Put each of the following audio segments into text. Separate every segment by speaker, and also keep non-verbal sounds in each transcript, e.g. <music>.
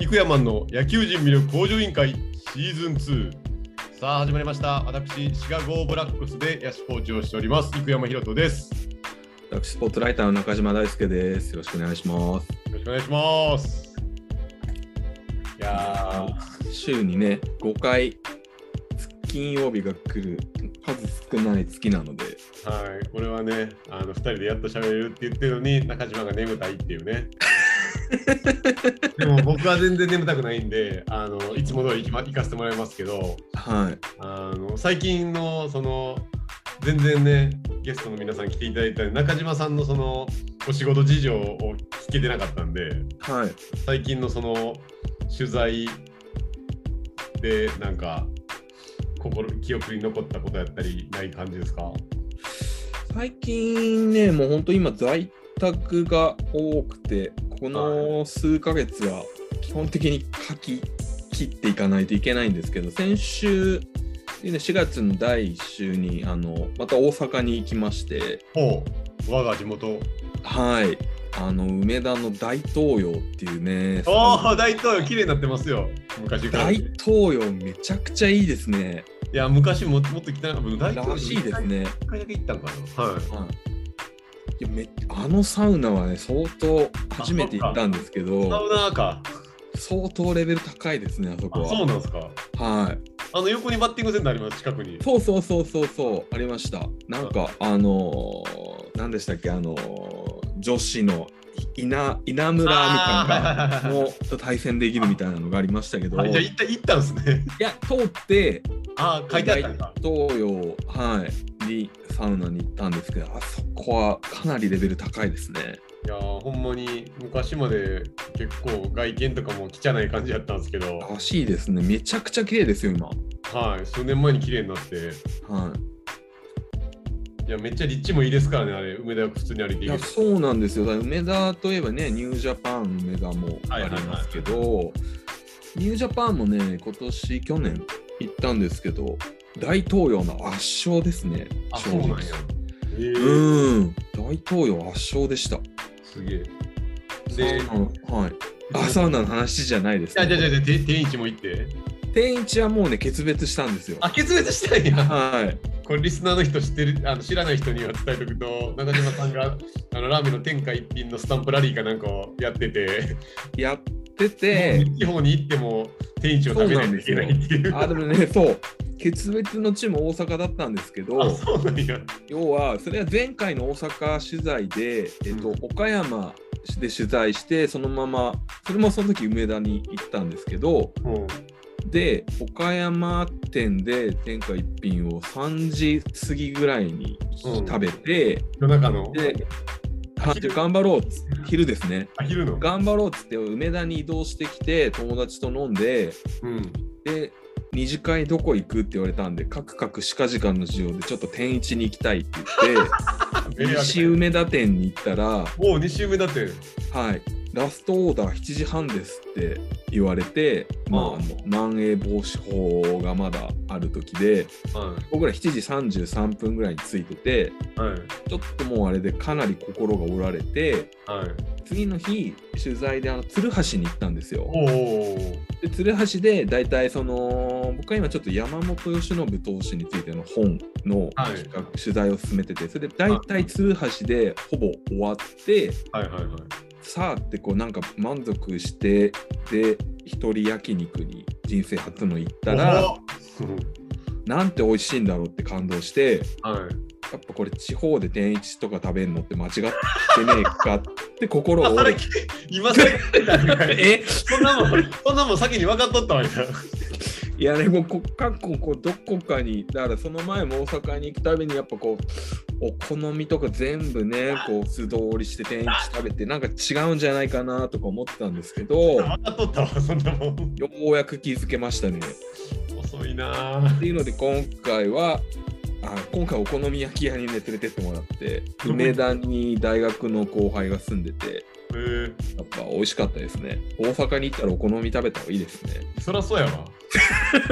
Speaker 1: 肉屋マンの野球人魅力向上委員会シーズン2さあ始まりました私シカゴーブラックスで野手コーチをしております肉山ひろとですよ
Speaker 2: 私、スポーツライターの中島大輔です。よろしくお願いします。
Speaker 1: ろしくお願いしますいや
Speaker 2: 週にね、5回、金曜日が来る数少ない月なので、
Speaker 1: ーはいこれはねあの2人でやっと喋れるって言ってるのに中島が眠たいっていうねでも僕は全然眠たくないんであのいつも通り行きま行かせてもらいますけど
Speaker 2: はい。
Speaker 1: あの最近のその全然ねゲストの皆さん来ていただいた中島さんのそのお仕事事情を聞けてなかったんで
Speaker 2: はい。
Speaker 1: 最近のその取材でなんか心記憶に残ったことやったりない感じですか
Speaker 2: 最近ね、もう本当今、在宅が多くて、この数ヶ月は基本的に書き切っていかないといけないんですけど、先週、でね4月の第1週にあのまた大阪に行きまして、
Speaker 1: ほう我が地元
Speaker 2: はい。あの梅田の大東洋っていうね。
Speaker 1: おお大統領綺麗になってますよ昔から
Speaker 2: 大
Speaker 1: い
Speaker 2: 東洋めちゃくちゃいいですね。
Speaker 1: や昔ももっと汚かった僕大統領
Speaker 2: らしいですね。
Speaker 1: 一回だけ行ったんかなはい
Speaker 2: はい。いやめあのサウナはね相当初めて行ったんですけ
Speaker 1: サウ
Speaker 2: ど、
Speaker 1: ナーか
Speaker 2: 相当レベル高いですねあそこ
Speaker 1: あそう
Speaker 2: は。
Speaker 1: なんですか
Speaker 2: はい。
Speaker 1: あの横にバッティングセンターあります近くに
Speaker 2: そうそうそうそうそうありました。なんかあのー何でしたっけあのー女子の稲稲村みたいな
Speaker 1: あーはいはいはいはい
Speaker 2: のと対戦できるみたいなのがありましたけど、
Speaker 1: あ
Speaker 2: い
Speaker 1: じゃあ行った行ったんですね。 <laughs>
Speaker 2: や通って
Speaker 1: あ書いてあったんだ。
Speaker 2: 東洋、はい、にサウナに行ったんですけど、あそこはかなりレベル高いですね。
Speaker 1: いやーほんまに昔まで結構外見とかも汚い感じやったんですけど、
Speaker 2: らしいですね。めちゃくちゃ綺麗ですよ、今。
Speaker 1: はい、数年前に綺麗になって、
Speaker 2: はい
Speaker 1: やめっちゃ立地もいいですからね、あれ、梅田は普通に歩いて
Speaker 2: い。い
Speaker 1: いい
Speaker 2: や、
Speaker 1: です。
Speaker 2: そうなんですよ。だから梅田といえばね、ニュージャパン梅田もありますけど、ニュージャパンもね、今年、去年行ったんですけど、大東洋の圧勝ですね。
Speaker 1: あ、
Speaker 2: 正
Speaker 1: そう
Speaker 2: 直
Speaker 1: なんや。えー、
Speaker 2: うん。大東洋圧勝でした。
Speaker 1: すげえ。で、い
Speaker 2: サウナはい。あ、サウナの話じゃないです、
Speaker 1: や、
Speaker 2: ね。
Speaker 1: じゃあじゃあじゃあて天一も行って。
Speaker 2: 天一はもうね、決別したんですよ。
Speaker 1: あ、決別したんや。
Speaker 2: はい。
Speaker 1: これ、リスナーの人知ってる、あの知らない人には伝えとくと、中島さんがあのラーメンの天下一品のスタンプラリーかなんかをやってて。
Speaker 2: やっ
Speaker 1: <laughs>
Speaker 2: てて、
Speaker 1: 地方に行っても天一を食べないといけないっていう。
Speaker 2: あ、でもね、そう、決別の地も大阪だったんですけ
Speaker 1: あ
Speaker 2: ど、
Speaker 1: そうなんや。
Speaker 2: 要は、それは前回の大阪取材で、えっと、
Speaker 1: うん
Speaker 2: 岡山で取材して、そのまま、それもその時梅田に行ったんですけど、
Speaker 1: うん
Speaker 2: で、岡山店で天下一品を3時過ぎぐらいに
Speaker 1: うん
Speaker 2: 食べて、
Speaker 1: 夜中の
Speaker 2: で、
Speaker 1: あ
Speaker 2: はい
Speaker 1: 昼
Speaker 2: 頑張ろうっつ、昼ですね。
Speaker 1: あ昼の。
Speaker 2: 頑張ろうっつって梅田に移動してきて友達と飲んで
Speaker 1: うん。
Speaker 2: で二次会どこ行くって言われたんでカクカクしかじかの授業でちょっと天一に行きたいって <laughs> 言って西梅田店に行ったら「
Speaker 1: もう2周目だって。
Speaker 2: はいラストオーダー7時半です」って言われてまああのまん延防止法がまだある時で
Speaker 1: は
Speaker 2: 僕ら7時33分ぐらいに着いてて
Speaker 1: い。はい。
Speaker 2: ちょっともうあれでかなり心が折られて
Speaker 1: はい。
Speaker 2: 次の日取材であの鶴橋に行ったんですよ。
Speaker 1: おお。
Speaker 2: で鶴橋で大体その僕は今ちょっと山本由伸投手についての本の
Speaker 1: はい
Speaker 2: 企画取材を進めててそれで大体鶴橋でほぼ終わって
Speaker 1: はいはいはい。
Speaker 2: さあってこうなんか満足してで一人焼肉に人生初の行ったら
Speaker 1: おー、
Speaker 2: なんて美味しいんだろうって感動して
Speaker 1: はい。
Speaker 2: やっぱこれ地方で天一とか食べるのって間違ってねえかって心を
Speaker 1: あそ
Speaker 2: 折
Speaker 1: れ
Speaker 2: れて
Speaker 1: 今さ <laughs> ら
Speaker 2: え
Speaker 1: そんなもん、そんなもん先に分かっとったわけだ。
Speaker 2: いやでもこ過去こうどこかにだからその前も大阪に行くたびにやっぱこうお好みとか全部ねこう素通りして天一食べてなんか違うんじゃないかなとか思ってたんですけどよ
Speaker 1: 分かっとったわ、そんなもん。
Speaker 2: うやく気づけましたね。
Speaker 1: 遅いなぁ
Speaker 2: っていうので今回はあ今回お好み焼き屋にね連れてってもらって梅田に大学の後輩が住んでて
Speaker 1: えー
Speaker 2: やっぱ美味しかったですね大阪に行ったらお好み食べた方がいいですね
Speaker 1: そりゃそうやわ。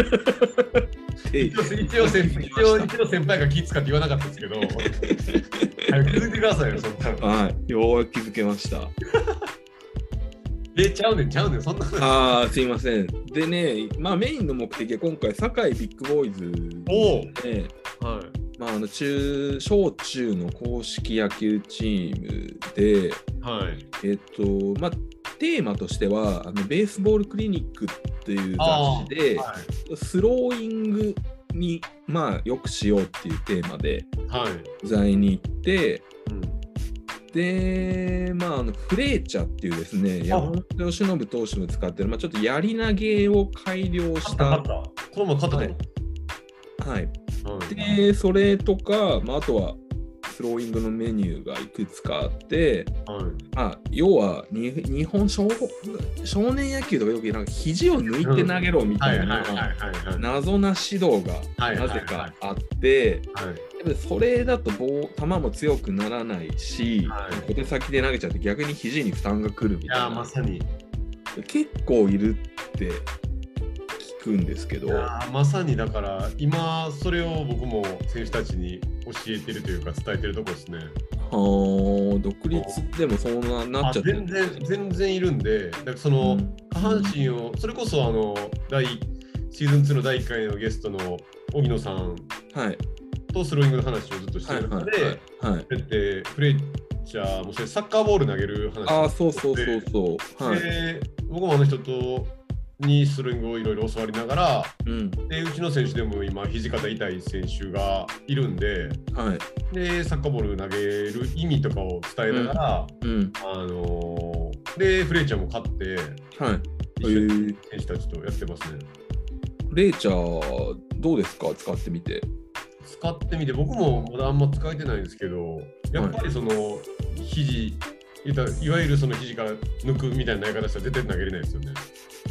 Speaker 2: って
Speaker 1: 一応一応先一応一応先輩が気使って言わなかったですけど、はい、気づいてくださいよ、そんなの。
Speaker 2: はいようやく気づけました
Speaker 1: え、ちゃうねん、ちゃうねん、そんな <laughs> ことない。
Speaker 2: ああ、すいません。でね、まあメインの目的は今回、堺ビッグボーイズ
Speaker 1: お
Speaker 2: で、
Speaker 1: お、はい。
Speaker 2: まあ、あの中小中の公式野球チームで、
Speaker 1: はい。
Speaker 2: えっとまあ、テーマとしてはあのベースボールクリニックっていう
Speaker 1: あ
Speaker 2: 雑誌で、
Speaker 1: は
Speaker 2: スローイングに、まあ、よくしようっていうテーマで
Speaker 1: い。はい。
Speaker 2: 取材に行って
Speaker 1: うん。
Speaker 2: で、まあ、あのフレーチャーっていうですね山本由伸投手も使ってる、まあ、ちょっとやり投げを改良し
Speaker 1: 勝
Speaker 2: た
Speaker 1: った、勝った。この前勝った
Speaker 2: はい、
Speaker 1: と思う。はい。
Speaker 2: でそれとか、まあ、あとはスローイングのメニューがいくつかあって。
Speaker 1: はい
Speaker 2: まあ、要はに日本少少年野球とかよくなんか肘を抜いて投げろみ
Speaker 1: は
Speaker 2: た
Speaker 1: い
Speaker 2: い
Speaker 1: はいは
Speaker 2: ない
Speaker 1: はいは
Speaker 2: 謎な指導が
Speaker 1: はいはいは
Speaker 2: ないぜかあって
Speaker 1: い。はい
Speaker 2: やっぱりそれだと棒球も強くならないし
Speaker 1: はい
Speaker 2: 小手先で投げちゃって逆に肘に負担がくるみ
Speaker 1: い
Speaker 2: たい
Speaker 1: やー
Speaker 2: な
Speaker 1: まさに。い
Speaker 2: 結構いるって聞くんですけど
Speaker 1: やーまさにだから今それを僕も選手たちに教えてるというか伝えてるとこですね。
Speaker 2: あー独立でもそんなな
Speaker 1: あ
Speaker 2: っちゃって
Speaker 1: 全然全然いるんでだからそうの
Speaker 2: ん
Speaker 1: 下半身をそれこそあの第一シーズン2の第1回のゲストの荻野さん
Speaker 2: はい
Speaker 1: とスローイングの話をずっとして
Speaker 2: はい
Speaker 1: る
Speaker 2: は
Speaker 1: 中
Speaker 2: い
Speaker 1: で、
Speaker 2: はいはい
Speaker 1: それってフレッチャーもそれサッカーボール投げる話
Speaker 2: ああそうそうそうそうはい
Speaker 1: で僕もあの人とにスローイングをいろいろ教わりながら
Speaker 2: うん
Speaker 1: でうちの選手でも今肘肩痛い選手がいるんで
Speaker 2: はい
Speaker 1: でサッカーボール投げる意味とかを伝えながら、
Speaker 2: うん
Speaker 1: あのーでフレーチャーも勝って
Speaker 2: はい
Speaker 1: 一緒に選手たちとやってますね。
Speaker 2: レイチャーどうですか使ってみて。
Speaker 1: 使ってみて僕もまだあんま使えてないんですけどやっぱりその肘いわいわゆるその肘から抜くみたいな投げ方したら絶対投げれないですよね。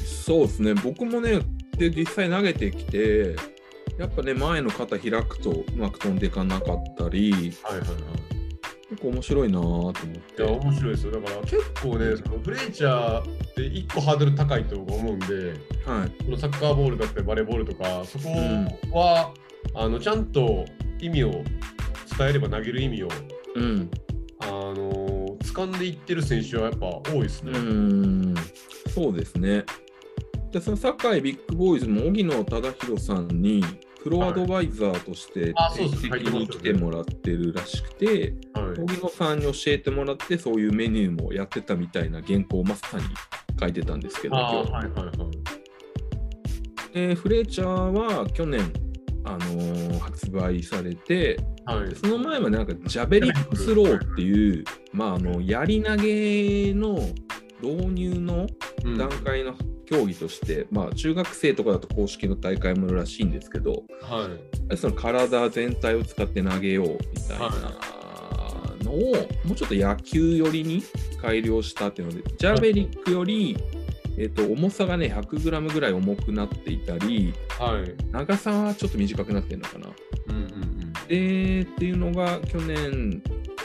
Speaker 2: そうですね僕もねで実際投げてきてやっぱね前の肩開くとうまく飛んでいかなかったり
Speaker 1: はいはいはい。
Speaker 2: 結構面白いなぁと思っ
Speaker 1: いや
Speaker 2: て。
Speaker 1: 面白いですよだから結構ねそのフレーチャーって1個ハードル高いと思うんで
Speaker 2: はい
Speaker 1: このサッカーボールだったりバレーボールとかそこは、あのちゃんと意味を伝えれば投げる意味を
Speaker 2: うん
Speaker 1: あの掴んでいってる選手はやっぱ多いです
Speaker 2: う
Speaker 1: ね。
Speaker 2: ーんそうですね。でその堺ビッグボーイズも荻野忠宏さんにプロアドバイザーとして
Speaker 1: あそうです
Speaker 2: 定期的に来てもらってるらしくて
Speaker 1: はい
Speaker 2: 荻野さんに教えてもらってそういうメニューもやってたみたいな原稿をまさに書いてたんですけど
Speaker 1: あー
Speaker 2: 今
Speaker 1: はいはいはい。
Speaker 2: 日でフレーチャーは去年、あのー発売されて
Speaker 1: はい、
Speaker 2: でその前はなんかジャベリックスローっていう、まあ、あのやり投げの導入の
Speaker 1: うん
Speaker 2: 段階の競技として、まあ、中学生とかだと公式の大会もあるらしいんですけど
Speaker 1: はい
Speaker 2: その体全体を使って投げようみたいなのを、もうちょっと野球寄りに改良したっていうので、ジャベリックより、えっと重さがね、100g ぐらい重くなっていたり、
Speaker 1: はい。
Speaker 2: 長さはちょっと短くなってるのかな。
Speaker 1: うんうん
Speaker 2: で、っていうのが去年、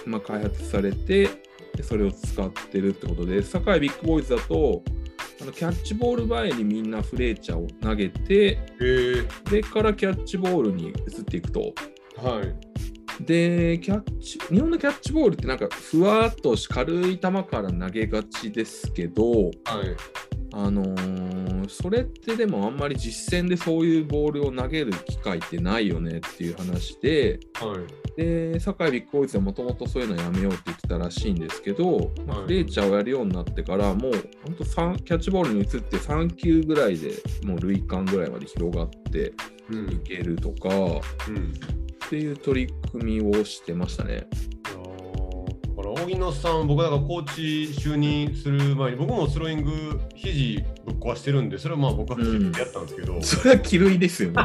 Speaker 2: まあ、開発されて、でそれを使ってるってことで、堺ビッグボーイズだと、あのキャッチボール前にみんなフレーチャーを投げて、
Speaker 1: うん。へえ
Speaker 2: それからキャッチボールに移っていくと、
Speaker 1: はい。
Speaker 2: でキャッチ日本のキャッチボールってなんかふわっとし軽い球から投げがちですけど、
Speaker 1: はい。
Speaker 2: あのーそれってでもあんまり実戦でそういうボールを投げる機会ってないよねっていう話で
Speaker 1: はい。
Speaker 2: で堺ビッグボーイズはもともとそういうのやめようって言ってたらしいんですけど、まあ
Speaker 1: はい
Speaker 2: フレーチャーをやるようになってからもうほんとさんキャッチボールに移って3球ぐらいでもう塁間ぐらいまで広がって
Speaker 1: う
Speaker 2: い
Speaker 1: ん。
Speaker 2: けるとか
Speaker 1: うん。
Speaker 2: っていう取り組みをしてましたね。
Speaker 1: いやーだから荻野さん、僕だからコーチ就任する前に、僕もスローイング、肘ぶっ壊してるんで、それはまあ僕は肘でやったんですけど、
Speaker 2: それは気類ですよね。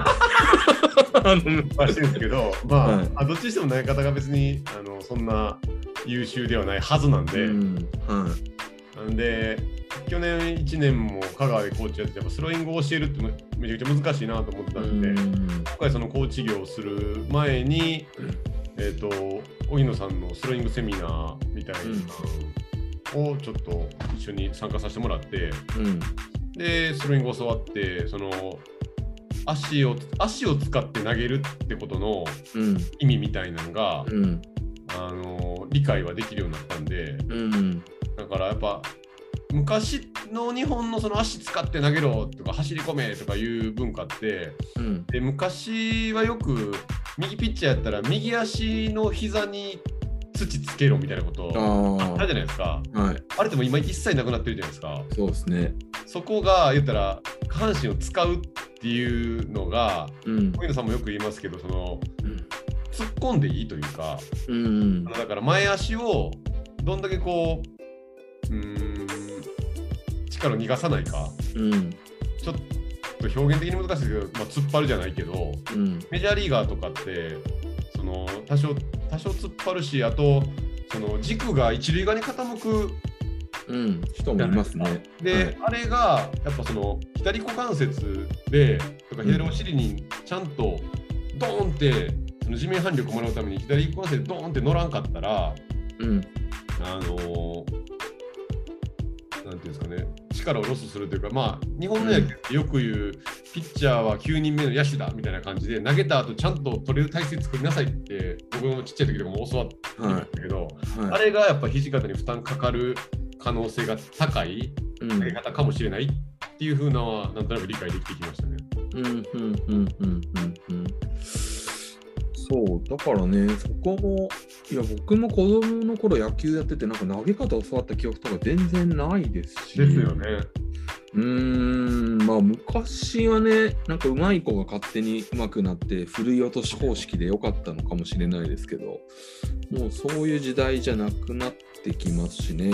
Speaker 2: あの
Speaker 1: 壊してるんですけ
Speaker 2: <laughs>
Speaker 1: ど、まあ、
Speaker 2: はい
Speaker 1: あどっちにしても投げ方が別にあのそんな優秀ではないはずなんで、
Speaker 2: うんは
Speaker 1: なんで、去年1年も香川でコーチやってて、やっぱスローイングを教えるってめめちゃくちゃ難しいなと思って
Speaker 2: い。
Speaker 1: たんで。
Speaker 2: うん
Speaker 1: 今回そのコーチ業をする前に、えっ、と荻野さんのスローイングセミナーみたいなのをちょっと一緒に参加させてもらって
Speaker 2: うん
Speaker 1: でスローイングを教わってその足を足を使って投げるってことの
Speaker 2: うん
Speaker 1: 意味みたいなのが、
Speaker 2: うん
Speaker 1: あの理解はできるようになったんで
Speaker 2: うん
Speaker 1: だからやっぱ昔の日本のその足使って投げろとか走り込めとかいう文化って
Speaker 2: うん。
Speaker 1: で昔はよく右ピッチャーやったら右足の膝に土つけろみたいなことあ
Speaker 2: あ
Speaker 1: るじゃないですか
Speaker 2: あ。はい。
Speaker 1: あれでも今一切なくなってるじゃないですか
Speaker 2: そうですね。
Speaker 1: そこが言ったら下半身を使うっていうのが
Speaker 2: うん。
Speaker 1: 小野さんもよく言いますけどその突っ込んでいいというか
Speaker 2: うん
Speaker 1: あの。だから前足をどんだけこううーん力を逃がさないか
Speaker 2: うん。
Speaker 1: ちょっと表現的に難しいですけど、まあ、突っ張るじゃないけど
Speaker 2: うん。
Speaker 1: メジャーリーガーとかってその多少多少突っ張るしあとその軸が一塁側に傾く
Speaker 2: うん。人もいますね。
Speaker 1: で、
Speaker 2: はい
Speaker 1: あれがやっぱその左股関節でとか
Speaker 2: うん
Speaker 1: 左お尻にちゃんとドーンってその地面反力もらうために左股関節でドーンって乗らんかったら
Speaker 2: うん。
Speaker 1: あのーなんていうんですかね力をロスするというかまあ日本の野球ってよく言う、ピッチャーは9人目の野手だみたいな感じで投げた後ちゃんと取れる体勢作りなさいって僕もちっちゃい時とかも教わってたんだ
Speaker 2: は
Speaker 1: けど、
Speaker 2: い。はい。
Speaker 1: あれがやっぱ肘肩に負担かかる可能性が高い
Speaker 2: うん。
Speaker 1: 投げ方かもしれないっていうふうなのはなんとなく理解できてきましたね。
Speaker 2: うんうんうんうんうんうんそうだからねそこもいや僕も子供の頃野球やっててなんか投げ方教わった記憶とか全然ないですし
Speaker 1: ですよね。
Speaker 2: うーんまあ昔はねなんか上手い子が勝手に上手くなって振るい落とし方式で良かったのかもしれないですけどもうそういう時代じゃなくなってきますしね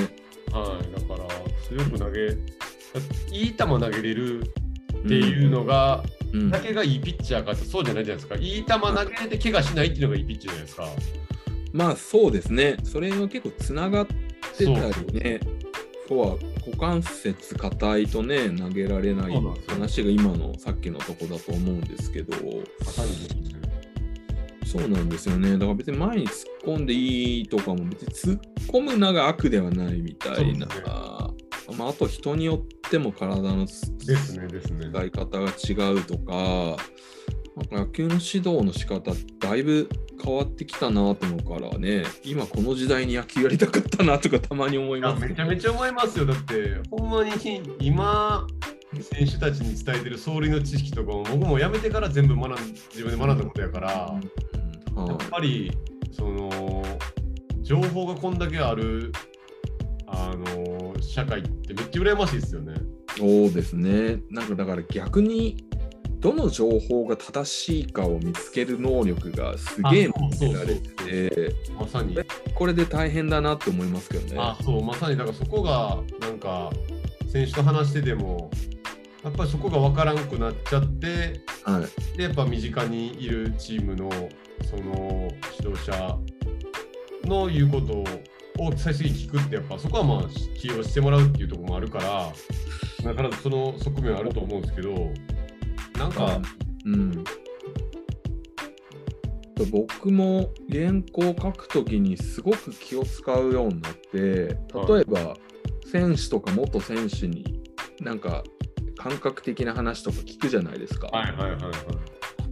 Speaker 1: はい、だから強く投げいい球投げれるっていうのが、
Speaker 2: うん、うん
Speaker 1: だけがいいピッチャーかってそうじゃないじゃないですか。いい球投げれて怪我しないっていうのがいいピッチャーじゃないですか。
Speaker 2: まあそうですねそれが結構つながっって
Speaker 1: そう。
Speaker 2: たりね、こは股関節硬いとね、投げられない
Speaker 1: そうなんですよ
Speaker 2: 話が今のさっきのとこだと思うんですけど、
Speaker 1: まさに
Speaker 2: そうなんですよね。だから別に前に突っ込んでいいとかも、別に突っ込むなが悪ではないみたいな。
Speaker 1: そうですね
Speaker 2: まあ、あと人によっても体の
Speaker 1: ですね、ですね。
Speaker 2: 使い方が違うとか、なんか野球の指導の仕方だいぶ変わってきたなと思うからね、今この時代に野球やりたかったなとかたまに思い
Speaker 1: いや
Speaker 2: ます
Speaker 1: め
Speaker 2: けど
Speaker 1: ちゃめちゃ思いますよ。だって、ほんまに今、選手たちに伝えてる走塁の知識とかも僕もやめてから全部学ん自分で学んだことやから。
Speaker 2: うん
Speaker 1: や
Speaker 2: は
Speaker 1: っ
Speaker 2: い
Speaker 1: ぱりその情報がこんだけあるあの社会ってめっちゃ羨ましいですよね。
Speaker 2: そうですね。なんかだから逆にどの情報が正しいかを見つける能力がすげえ
Speaker 1: あそうそうそう
Speaker 2: 求められてて
Speaker 1: まさに。
Speaker 2: これで大変だなって思いますけどね
Speaker 1: あ。そうまさにだからそこがなんか選手と話しててもやっぱりそこが分からんくなっちゃって
Speaker 2: はい、
Speaker 1: でやっぱ身近にいるチームのその指導者の言うことをを最終的に聞くってやっぱそこはまあ起用してもらうっていうところもあるからだからずその側面はあると思うんですけどなんか
Speaker 2: うん、僕も原稿を書くときにすごく気を使うようになって例えば選手とか元選手になんか感覚的な話とか聞くじゃないですか。
Speaker 1: はいはいはいはい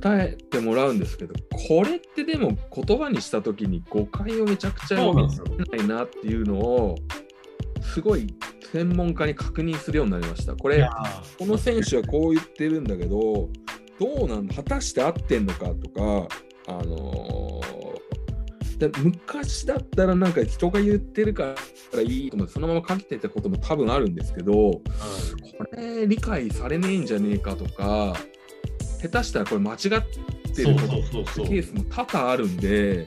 Speaker 2: 答えてもらうんですけどこれってでも言葉にした時に誤解をめちゃくちゃ
Speaker 1: そうなんですよ
Speaker 2: 見せないなっていうのをすごい専門家に確認するようになりました。こ
Speaker 1: い
Speaker 2: れ
Speaker 1: やー
Speaker 2: この選手はこう言ってるんだけどどうなんだ果たして合ってんのかとかあのーで昔だったらなんか人が言ってるからいいと思ってそのまま書いてたことも多分あるんですけど
Speaker 1: はい
Speaker 2: これ理解されねえんじゃねえかとか下手したらこれ間違って
Speaker 1: そう
Speaker 2: ること
Speaker 1: そ
Speaker 2: っ
Speaker 1: うそう
Speaker 2: て
Speaker 1: そう
Speaker 2: ケースも多々あるんで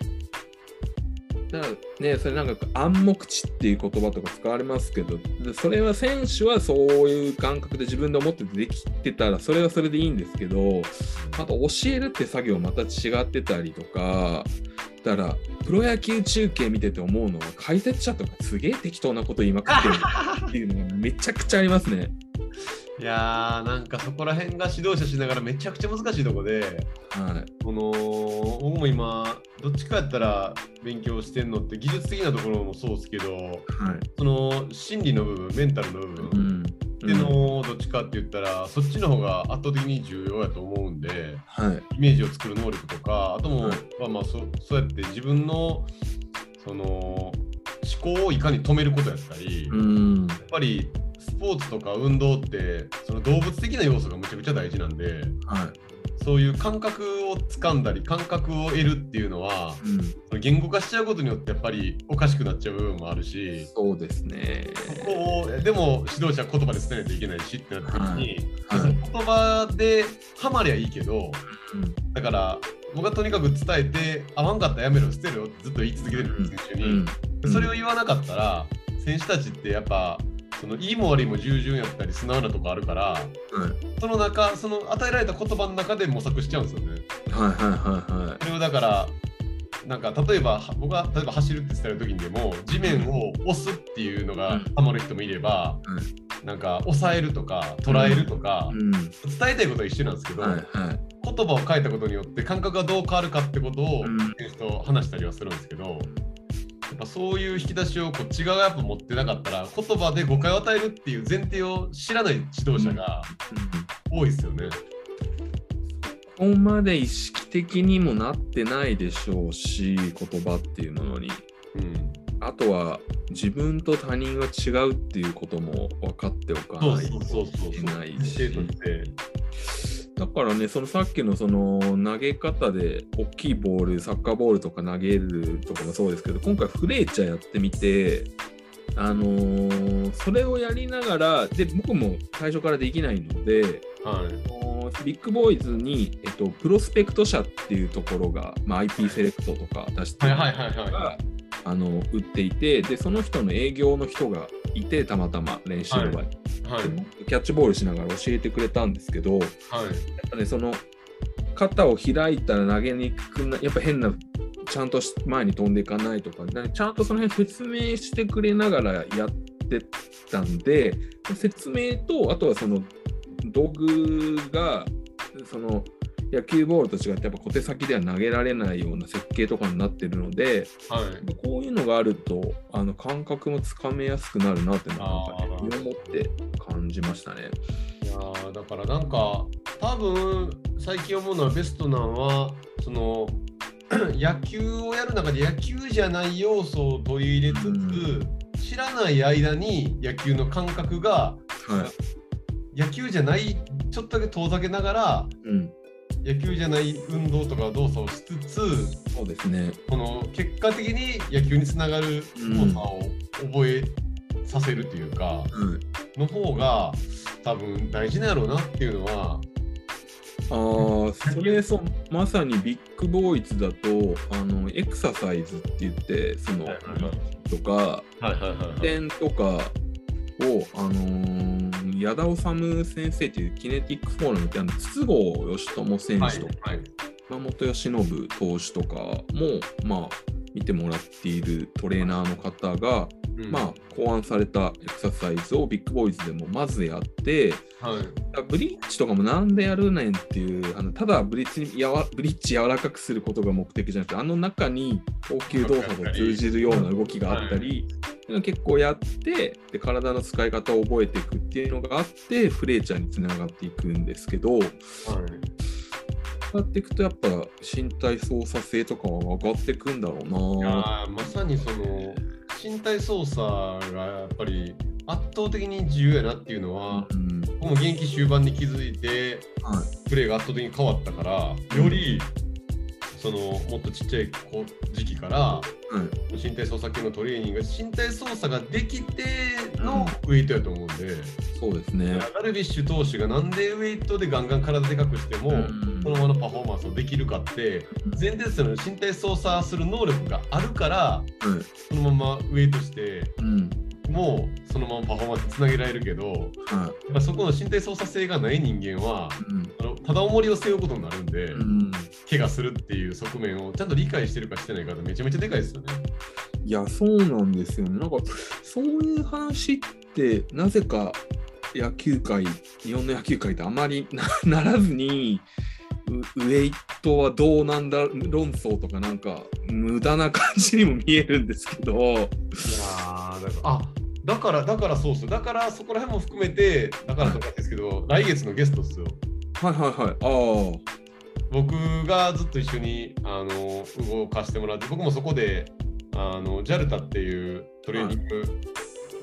Speaker 2: だからねそれなんか暗黙知っていう言葉とか使われますけどでそれは選手はそういう感覚で自分で思っててできてたらそれはそれでいいんですけどあと教えるって作業また違ってたりとか。だからプロ野球中継見てて思うのは解説者とかすげえ適当なこと言いまくってるっていうのがめちゃくちゃありますね。
Speaker 1: いやーなんかそこら辺が指導者しながらめちゃくちゃ難しいとこで
Speaker 2: はい、
Speaker 1: この僕も今どっちかやったら勉強してんのって技術的なところもそうですけど
Speaker 2: はい。
Speaker 1: その心理の部分メンタルの部分、
Speaker 2: うん。
Speaker 1: でのどっちかって言ったらそっちの方が圧倒的に重要やと思うんで
Speaker 2: はい。
Speaker 1: イメージを作る能力とかあとも、
Speaker 2: はい
Speaker 1: まあまあそそうやって自分のその思考をいかに止めることやったり、
Speaker 2: うん。
Speaker 1: やっぱりポーツとか運動ってその動物的な要素がむちゃくちゃ大事なんで
Speaker 2: は。
Speaker 1: そういう感覚を掴んだり感覚を得るっていうのはい
Speaker 2: うん。
Speaker 1: その言語化しちゃうことによってやっぱりおかしくなっちゃう部分もあるし
Speaker 2: そうですね。
Speaker 1: そこをでも指導者は言葉で伝えないといけないしってなった時に、
Speaker 2: はい
Speaker 1: その言葉でハマりゃいいけど
Speaker 2: うん
Speaker 1: だから僕はとにかく伝えて合わんかったらやめろ捨てるよってずっと言い続けてる選手に、
Speaker 2: う
Speaker 1: で
Speaker 2: ん
Speaker 1: それを言わなかったら選手たちってやっぱそのいいも悪いも従順やったり素直なとこあるから
Speaker 2: はい
Speaker 1: その中その与えられた言葉の中で模索しちゃうんですよね。
Speaker 2: はいはいはいはい
Speaker 1: それをだからなんか例えばは僕は例えば走るって伝える時にでも地面を押すっていうの
Speaker 2: う
Speaker 1: が
Speaker 2: ん
Speaker 1: ハマる人もいれば、なんか抑えるとか捉えるとか、
Speaker 2: うん。
Speaker 1: 伝えたいことは一緒なんですけど、
Speaker 2: はいはい。
Speaker 1: 言葉を変えたことによって感覚がどう変わるかってことを
Speaker 2: うん
Speaker 1: 選手と話したりはするんですけど、やっぱそういう引き出しをこっち側がやっぱ持ってなかったら言葉で誤解を与えるっていう前提を知らない指導者が多いですよね。
Speaker 2: ここまで意識的にもなってないでしょうし言葉っていうものに
Speaker 1: うん、
Speaker 2: あとは自分と他人が違うっていうことも分かっておか
Speaker 1: そう
Speaker 2: ない
Speaker 1: そうそうそうそ
Speaker 2: と
Speaker 1: う。
Speaker 2: いけない
Speaker 1: 生徒っ
Speaker 2: してだからねそのさっきのその投げ方で大きいボールサッカーボールとか投げるとかもそうですけど今回フレーチャーやってみてあのーそれをやりながらで僕も最初からできないので
Speaker 1: はい、
Speaker 2: あのビッグボーイズに、えっと、プロスペクト社っていうところが、まあ、IP セレクトとか出して
Speaker 1: はい
Speaker 2: る
Speaker 1: はいはいはい。
Speaker 2: があの売っていてでその人の営業の人がいてたまたま練習の場合、
Speaker 1: はい
Speaker 2: キャッチボールしながら教えてくれたんですけどやっ
Speaker 1: はい
Speaker 2: ぱねその肩を開いたら投げにくくなやっぱ変なちゃんとし前に飛んでいかないとかだからちゃんとその辺説明してくれながらやってたんで説明とあとはその道具がその野球ボールと違ってやっぱ小手先では投げられないような設計とかになってるので
Speaker 1: はい
Speaker 2: こういうのがあるとあの感覚もつかめやすくなるなってなんか
Speaker 1: あー
Speaker 2: 身をもって感じましたね。
Speaker 1: いやーだからなんか多分最近思うのはベストなんはその <clears throat> 野球をやる中で野球じゃない要素を取り入れつつ、知らない間に野球の感覚が
Speaker 2: は
Speaker 1: <laughs>
Speaker 2: い
Speaker 1: 野球じゃないちょっとだけ遠ざけながら
Speaker 2: うん、
Speaker 1: 野球じゃない運動とか動作をしつつ
Speaker 2: そうですね。
Speaker 1: この結果的に野球につながる動作を覚えさせるというか、
Speaker 2: うん、
Speaker 1: の方が多分大事なんやろうなっていうのは
Speaker 2: ああ、それそう、まさにビッグボーイズだと、あの、エクササイズって言って、その、とか、
Speaker 1: はいはいはいはい。
Speaker 2: 点とかを、あのー矢田治先生っていうキネティックフォーラムって、あの、筒香義友選手とか、
Speaker 1: はい
Speaker 2: 山本由伸投手とかも、まあ、見てもらっているトレーナーの方が、
Speaker 1: うん
Speaker 2: まあ、考案されたエクササイズをビッグボーイズでもまずやって、
Speaker 1: はい、
Speaker 2: ブリッジとかもなんでやるねんっていうあのただブリッジにやわブリッジ柔らかくすることが目的じゃなくてあの中に投球動作と通じるような動きがあったり、結構やってで体の使い方を覚えていくっていうのがあってフレーチャーにつながっていくんですけ
Speaker 1: は
Speaker 2: ど
Speaker 1: い、
Speaker 2: そうやっていくとやっぱ身体操作性とかは上がっていくんだろう
Speaker 1: いや
Speaker 2: な。
Speaker 1: ーまさにその身体操作がやっぱり圧倒的に自由やなっていうのは、
Speaker 2: うん
Speaker 1: 僕も現役終盤に気づいて
Speaker 2: は
Speaker 1: プレーが圧倒的に変わったからよりそのもっとちっちゃい子時期から
Speaker 2: いはい
Speaker 1: 身体操作系のトレーニング身体操作ができてのウェイトやと思うんで、
Speaker 2: そうですね。
Speaker 1: ダルビッシュ投手がなんでウェイトでガンガン体でかくしても、
Speaker 2: うん
Speaker 1: そのままのパフォーマンスをできるかって
Speaker 2: うん
Speaker 1: 前提その身体操作する能力があるから
Speaker 2: はい
Speaker 1: そのままウェイトして
Speaker 2: うん
Speaker 1: もうそのままパフォーマンスつなげられるけど
Speaker 2: は
Speaker 1: やっぱそこの身体操作性がない人間はあのただ重りを背負うことになるんで、
Speaker 2: いうんうん
Speaker 1: 怪我するっていう側面をちゃんと理解してるかしてないかってめちゃめちゃでかいですよね。
Speaker 2: いやそうなんですよねなんかそういう話ってなぜか野球界日本の野球界ってあまりなならずにウウェイトはどうなんだ論争とかなんか無駄な感じにも見えるんですけど
Speaker 1: いやーだからあだからだからそうっすよだからそこら辺も含めてだからとかですけど来月のゲストっすよ。
Speaker 2: はいはいはい
Speaker 1: 僕がずっと一緒にあの動かしてもらって僕もそこであの JALTA っていうトレーニング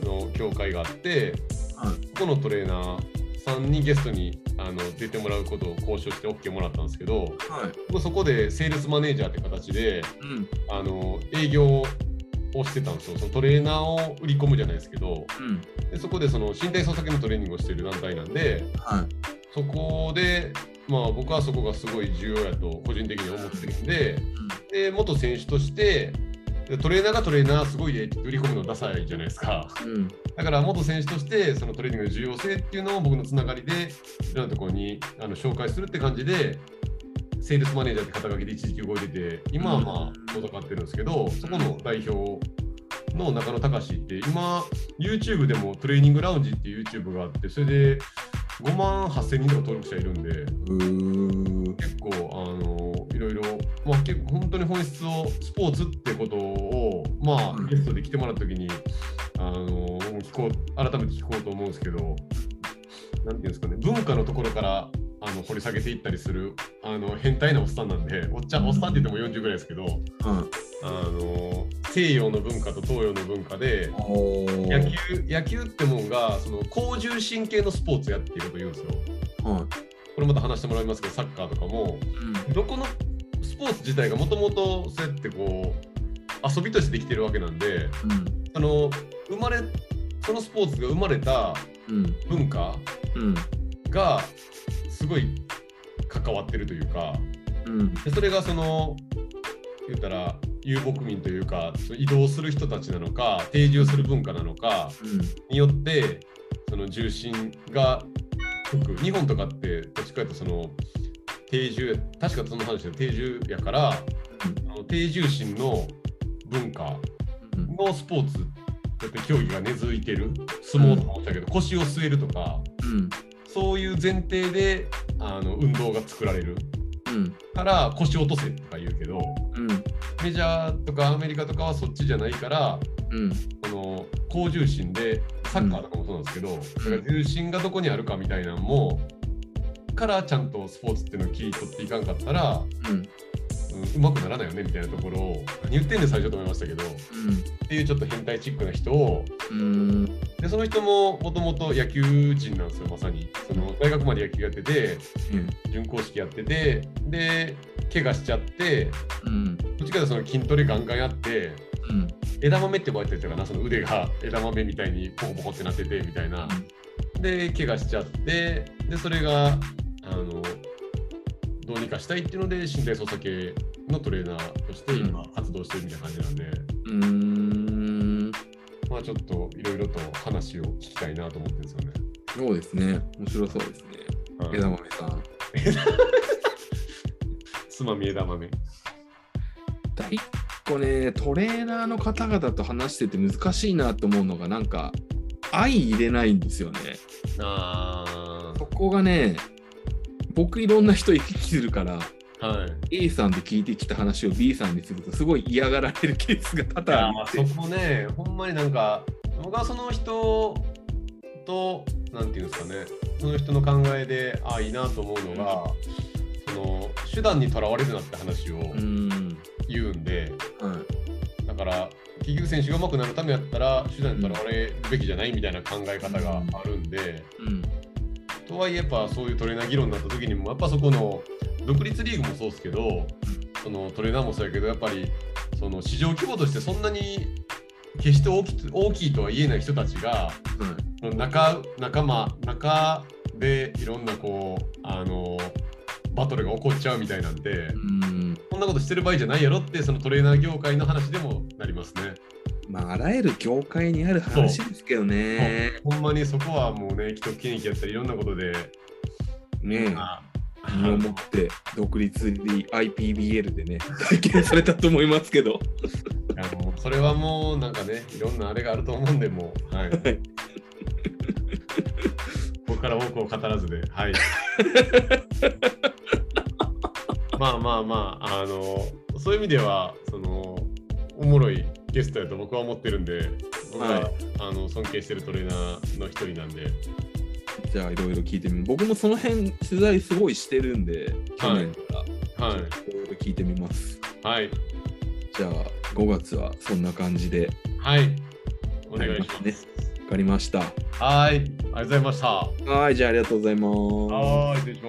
Speaker 1: の協会があって、
Speaker 2: ああ
Speaker 1: このトレーナーさんにゲストにあの出てもらうことを交渉して OK もらったんですけど、
Speaker 2: はい。
Speaker 1: もうそこでセールスマネージャーって形で
Speaker 2: うん。
Speaker 1: あの営業をしてたんですよ。そのトレーナーを売り込むじゃないですけど、
Speaker 2: うん。
Speaker 1: でそこでその身体操作系のトレーニングをしている団体なんで、
Speaker 2: はい。
Speaker 1: そこで、まあ、僕はそこがすごい重要やと個人的に思ってるんでで元選手としてでトレーナーがトレーナーすごいでって売り込むのダサいじゃないですか
Speaker 2: うん。
Speaker 1: だから元選手としてそのトレーニングの重要性っていうのを僕のつながりでいろんなところにあの紹介するって感じでセールスマネージャーって肩書きで一時期動いてて今はまあ戦ってるんですけどそこの代表の中野隆って今 YouTube でもトレーニングラウンジっていう YouTube があってそれで5万8000人とか登録者いるんで
Speaker 2: うん。うー。
Speaker 1: 結構あのいろいろ、まあ、結構本当に本質をスポーツってことを、ま
Speaker 2: うん
Speaker 1: あ、ゲストで来てもらった時にあの聞こう改めて聞こうと思うんですけどなんていうんですかね文化のところからあの掘り下げていったりするあの変態なおっさんなんでおっちゃんおっさんって言っても40ぐらいですけど
Speaker 2: はい。
Speaker 1: あの西洋の文化と東洋の文化で。
Speaker 2: おー
Speaker 1: 野球野球ってもんがその高重心系のスポーツやっていうこと言うんですよ。
Speaker 2: は
Speaker 1: これまた話してもらいますけどサッカーとかも
Speaker 2: い。うん。
Speaker 1: どこのスポーツ自体がもともとそうやってこう遊びとしてできてるわけなんであの生まれそのスポーツが生まれた
Speaker 2: うん。
Speaker 1: 文化
Speaker 2: うん。
Speaker 1: がすごい関わってるというか
Speaker 2: うん。
Speaker 1: でそれがその言ったら遊牧民というかその移動する人たちなのか定住する文化なのか
Speaker 2: うん。
Speaker 1: によってその重心が低く日本とかってどっちかというとその定住確かその話で定住やから
Speaker 2: うん
Speaker 1: あの低重心の文化
Speaker 2: うん。
Speaker 1: のスポーツだって競技が根付いてる相撲とかもそうだけど、腰を据えるとか
Speaker 2: うん。
Speaker 1: そういう前提であの運動が作られる
Speaker 2: うん。
Speaker 1: から腰落とせとか言うけど
Speaker 2: うん。
Speaker 1: メジャーとかアメリカとかはそっちじゃないから
Speaker 2: うん。
Speaker 1: この高重心でサッカーとかもそうなんですけど、だから重心がどこにあるかみたいなのもからちゃんとスポーツっていうのを切り取っていかんかったら、
Speaker 2: うん。
Speaker 1: うん、うまくならないよねみたいなところを何言ってんねん最初と思いましたけど。っていうちょっと変態チックな人を
Speaker 2: うん。うん。
Speaker 1: でその人ももともと野球人なんですよまさにその大学まで野球やってて準公式やっててで怪我しちゃって
Speaker 2: うん。
Speaker 1: どっちかというとその筋トレガンガンやって
Speaker 2: うん。
Speaker 1: 枝豆って呼ばれてたかなその腕が枝豆みたいにボコボコってなっててみたいなで怪我しちゃってでそれがあのどうにかしたいっていうので身体操作系のトレーナーとして今活動してるみたいな感じなんで、
Speaker 2: うん。
Speaker 1: まあちょっといろいろと話を聞きたいなと思ってるんですよね。
Speaker 2: そうですね。面白そうですね。
Speaker 1: はい
Speaker 2: 枝豆さん。
Speaker 1: つまみ枝豆。
Speaker 2: だ一個ね、トレーナーの方々と話してて難しいなと思うのが、なんか、相入れないんですよね。
Speaker 1: あ
Speaker 2: そこがね、僕いろんな人行き来するから、
Speaker 1: あ。はい。
Speaker 2: A さんで聞いてきた話を B さんにすると、すごい嫌がられるケースが多
Speaker 1: いや
Speaker 2: 々あ
Speaker 1: まあ
Speaker 2: っ
Speaker 1: そ
Speaker 2: て。
Speaker 1: こね、ほんまになんか、僕はその人と、なんていうんですかね、その人の考えで、ああ、いいなと思うのが、その手段にとらわれるなって話を
Speaker 2: うん。
Speaker 1: 言うんで、
Speaker 2: はい。
Speaker 1: だから、結局選手が上手くなるためやったら、手段にとらわれるべきじゃないみたいな考え方があるんで、
Speaker 2: うん。
Speaker 1: とはいえやっぱそういうトレーナー議論になった時にもやっぱそこの独立リーグもそうですけどそのトレーナーもそうやけどやっぱりその市場規模としてそんなに決して大きく大きいとは言えない人たちが
Speaker 2: はい。
Speaker 1: その仲仲間仲でいろんなこうあのバトルが起こっちゃうみたいなんで
Speaker 2: うん。
Speaker 1: こんなことしてる場合じゃないやろってそのトレーナー業界の話でもなりますね。
Speaker 2: まあ、あらゆる業界にある話ですけどね。
Speaker 1: ほんまにそこはもうね既得権益やったりいろんなことで。
Speaker 2: ねえ。
Speaker 1: あ
Speaker 2: 身をもって独立に IPBL でね <laughs> 体験されたと思いますけど
Speaker 1: いやもうそれはもうなんかねいろんなあれがあると思うんでもう、はい、こ
Speaker 2: い
Speaker 1: こから多くを語らずで <laughs> はいまあまあまああのそういう意味ではそのおもろいゲストやと僕は思ってるんで僕は、
Speaker 2: はい
Speaker 1: あの尊敬してるトレーナーの一人なんで
Speaker 2: じゃあいろいろ聞いてみ僕もその辺取材すごいしてるんで去年から、
Speaker 1: は
Speaker 2: ちょっといろいろ聞いてみます
Speaker 1: いはい
Speaker 2: じゃあ5月はそんな感じで
Speaker 1: はいお願いします
Speaker 2: ね
Speaker 1: かりました。
Speaker 2: はい、ありがとうございました。
Speaker 1: はい、じゃあありがとうございます。
Speaker 2: はい、失礼します。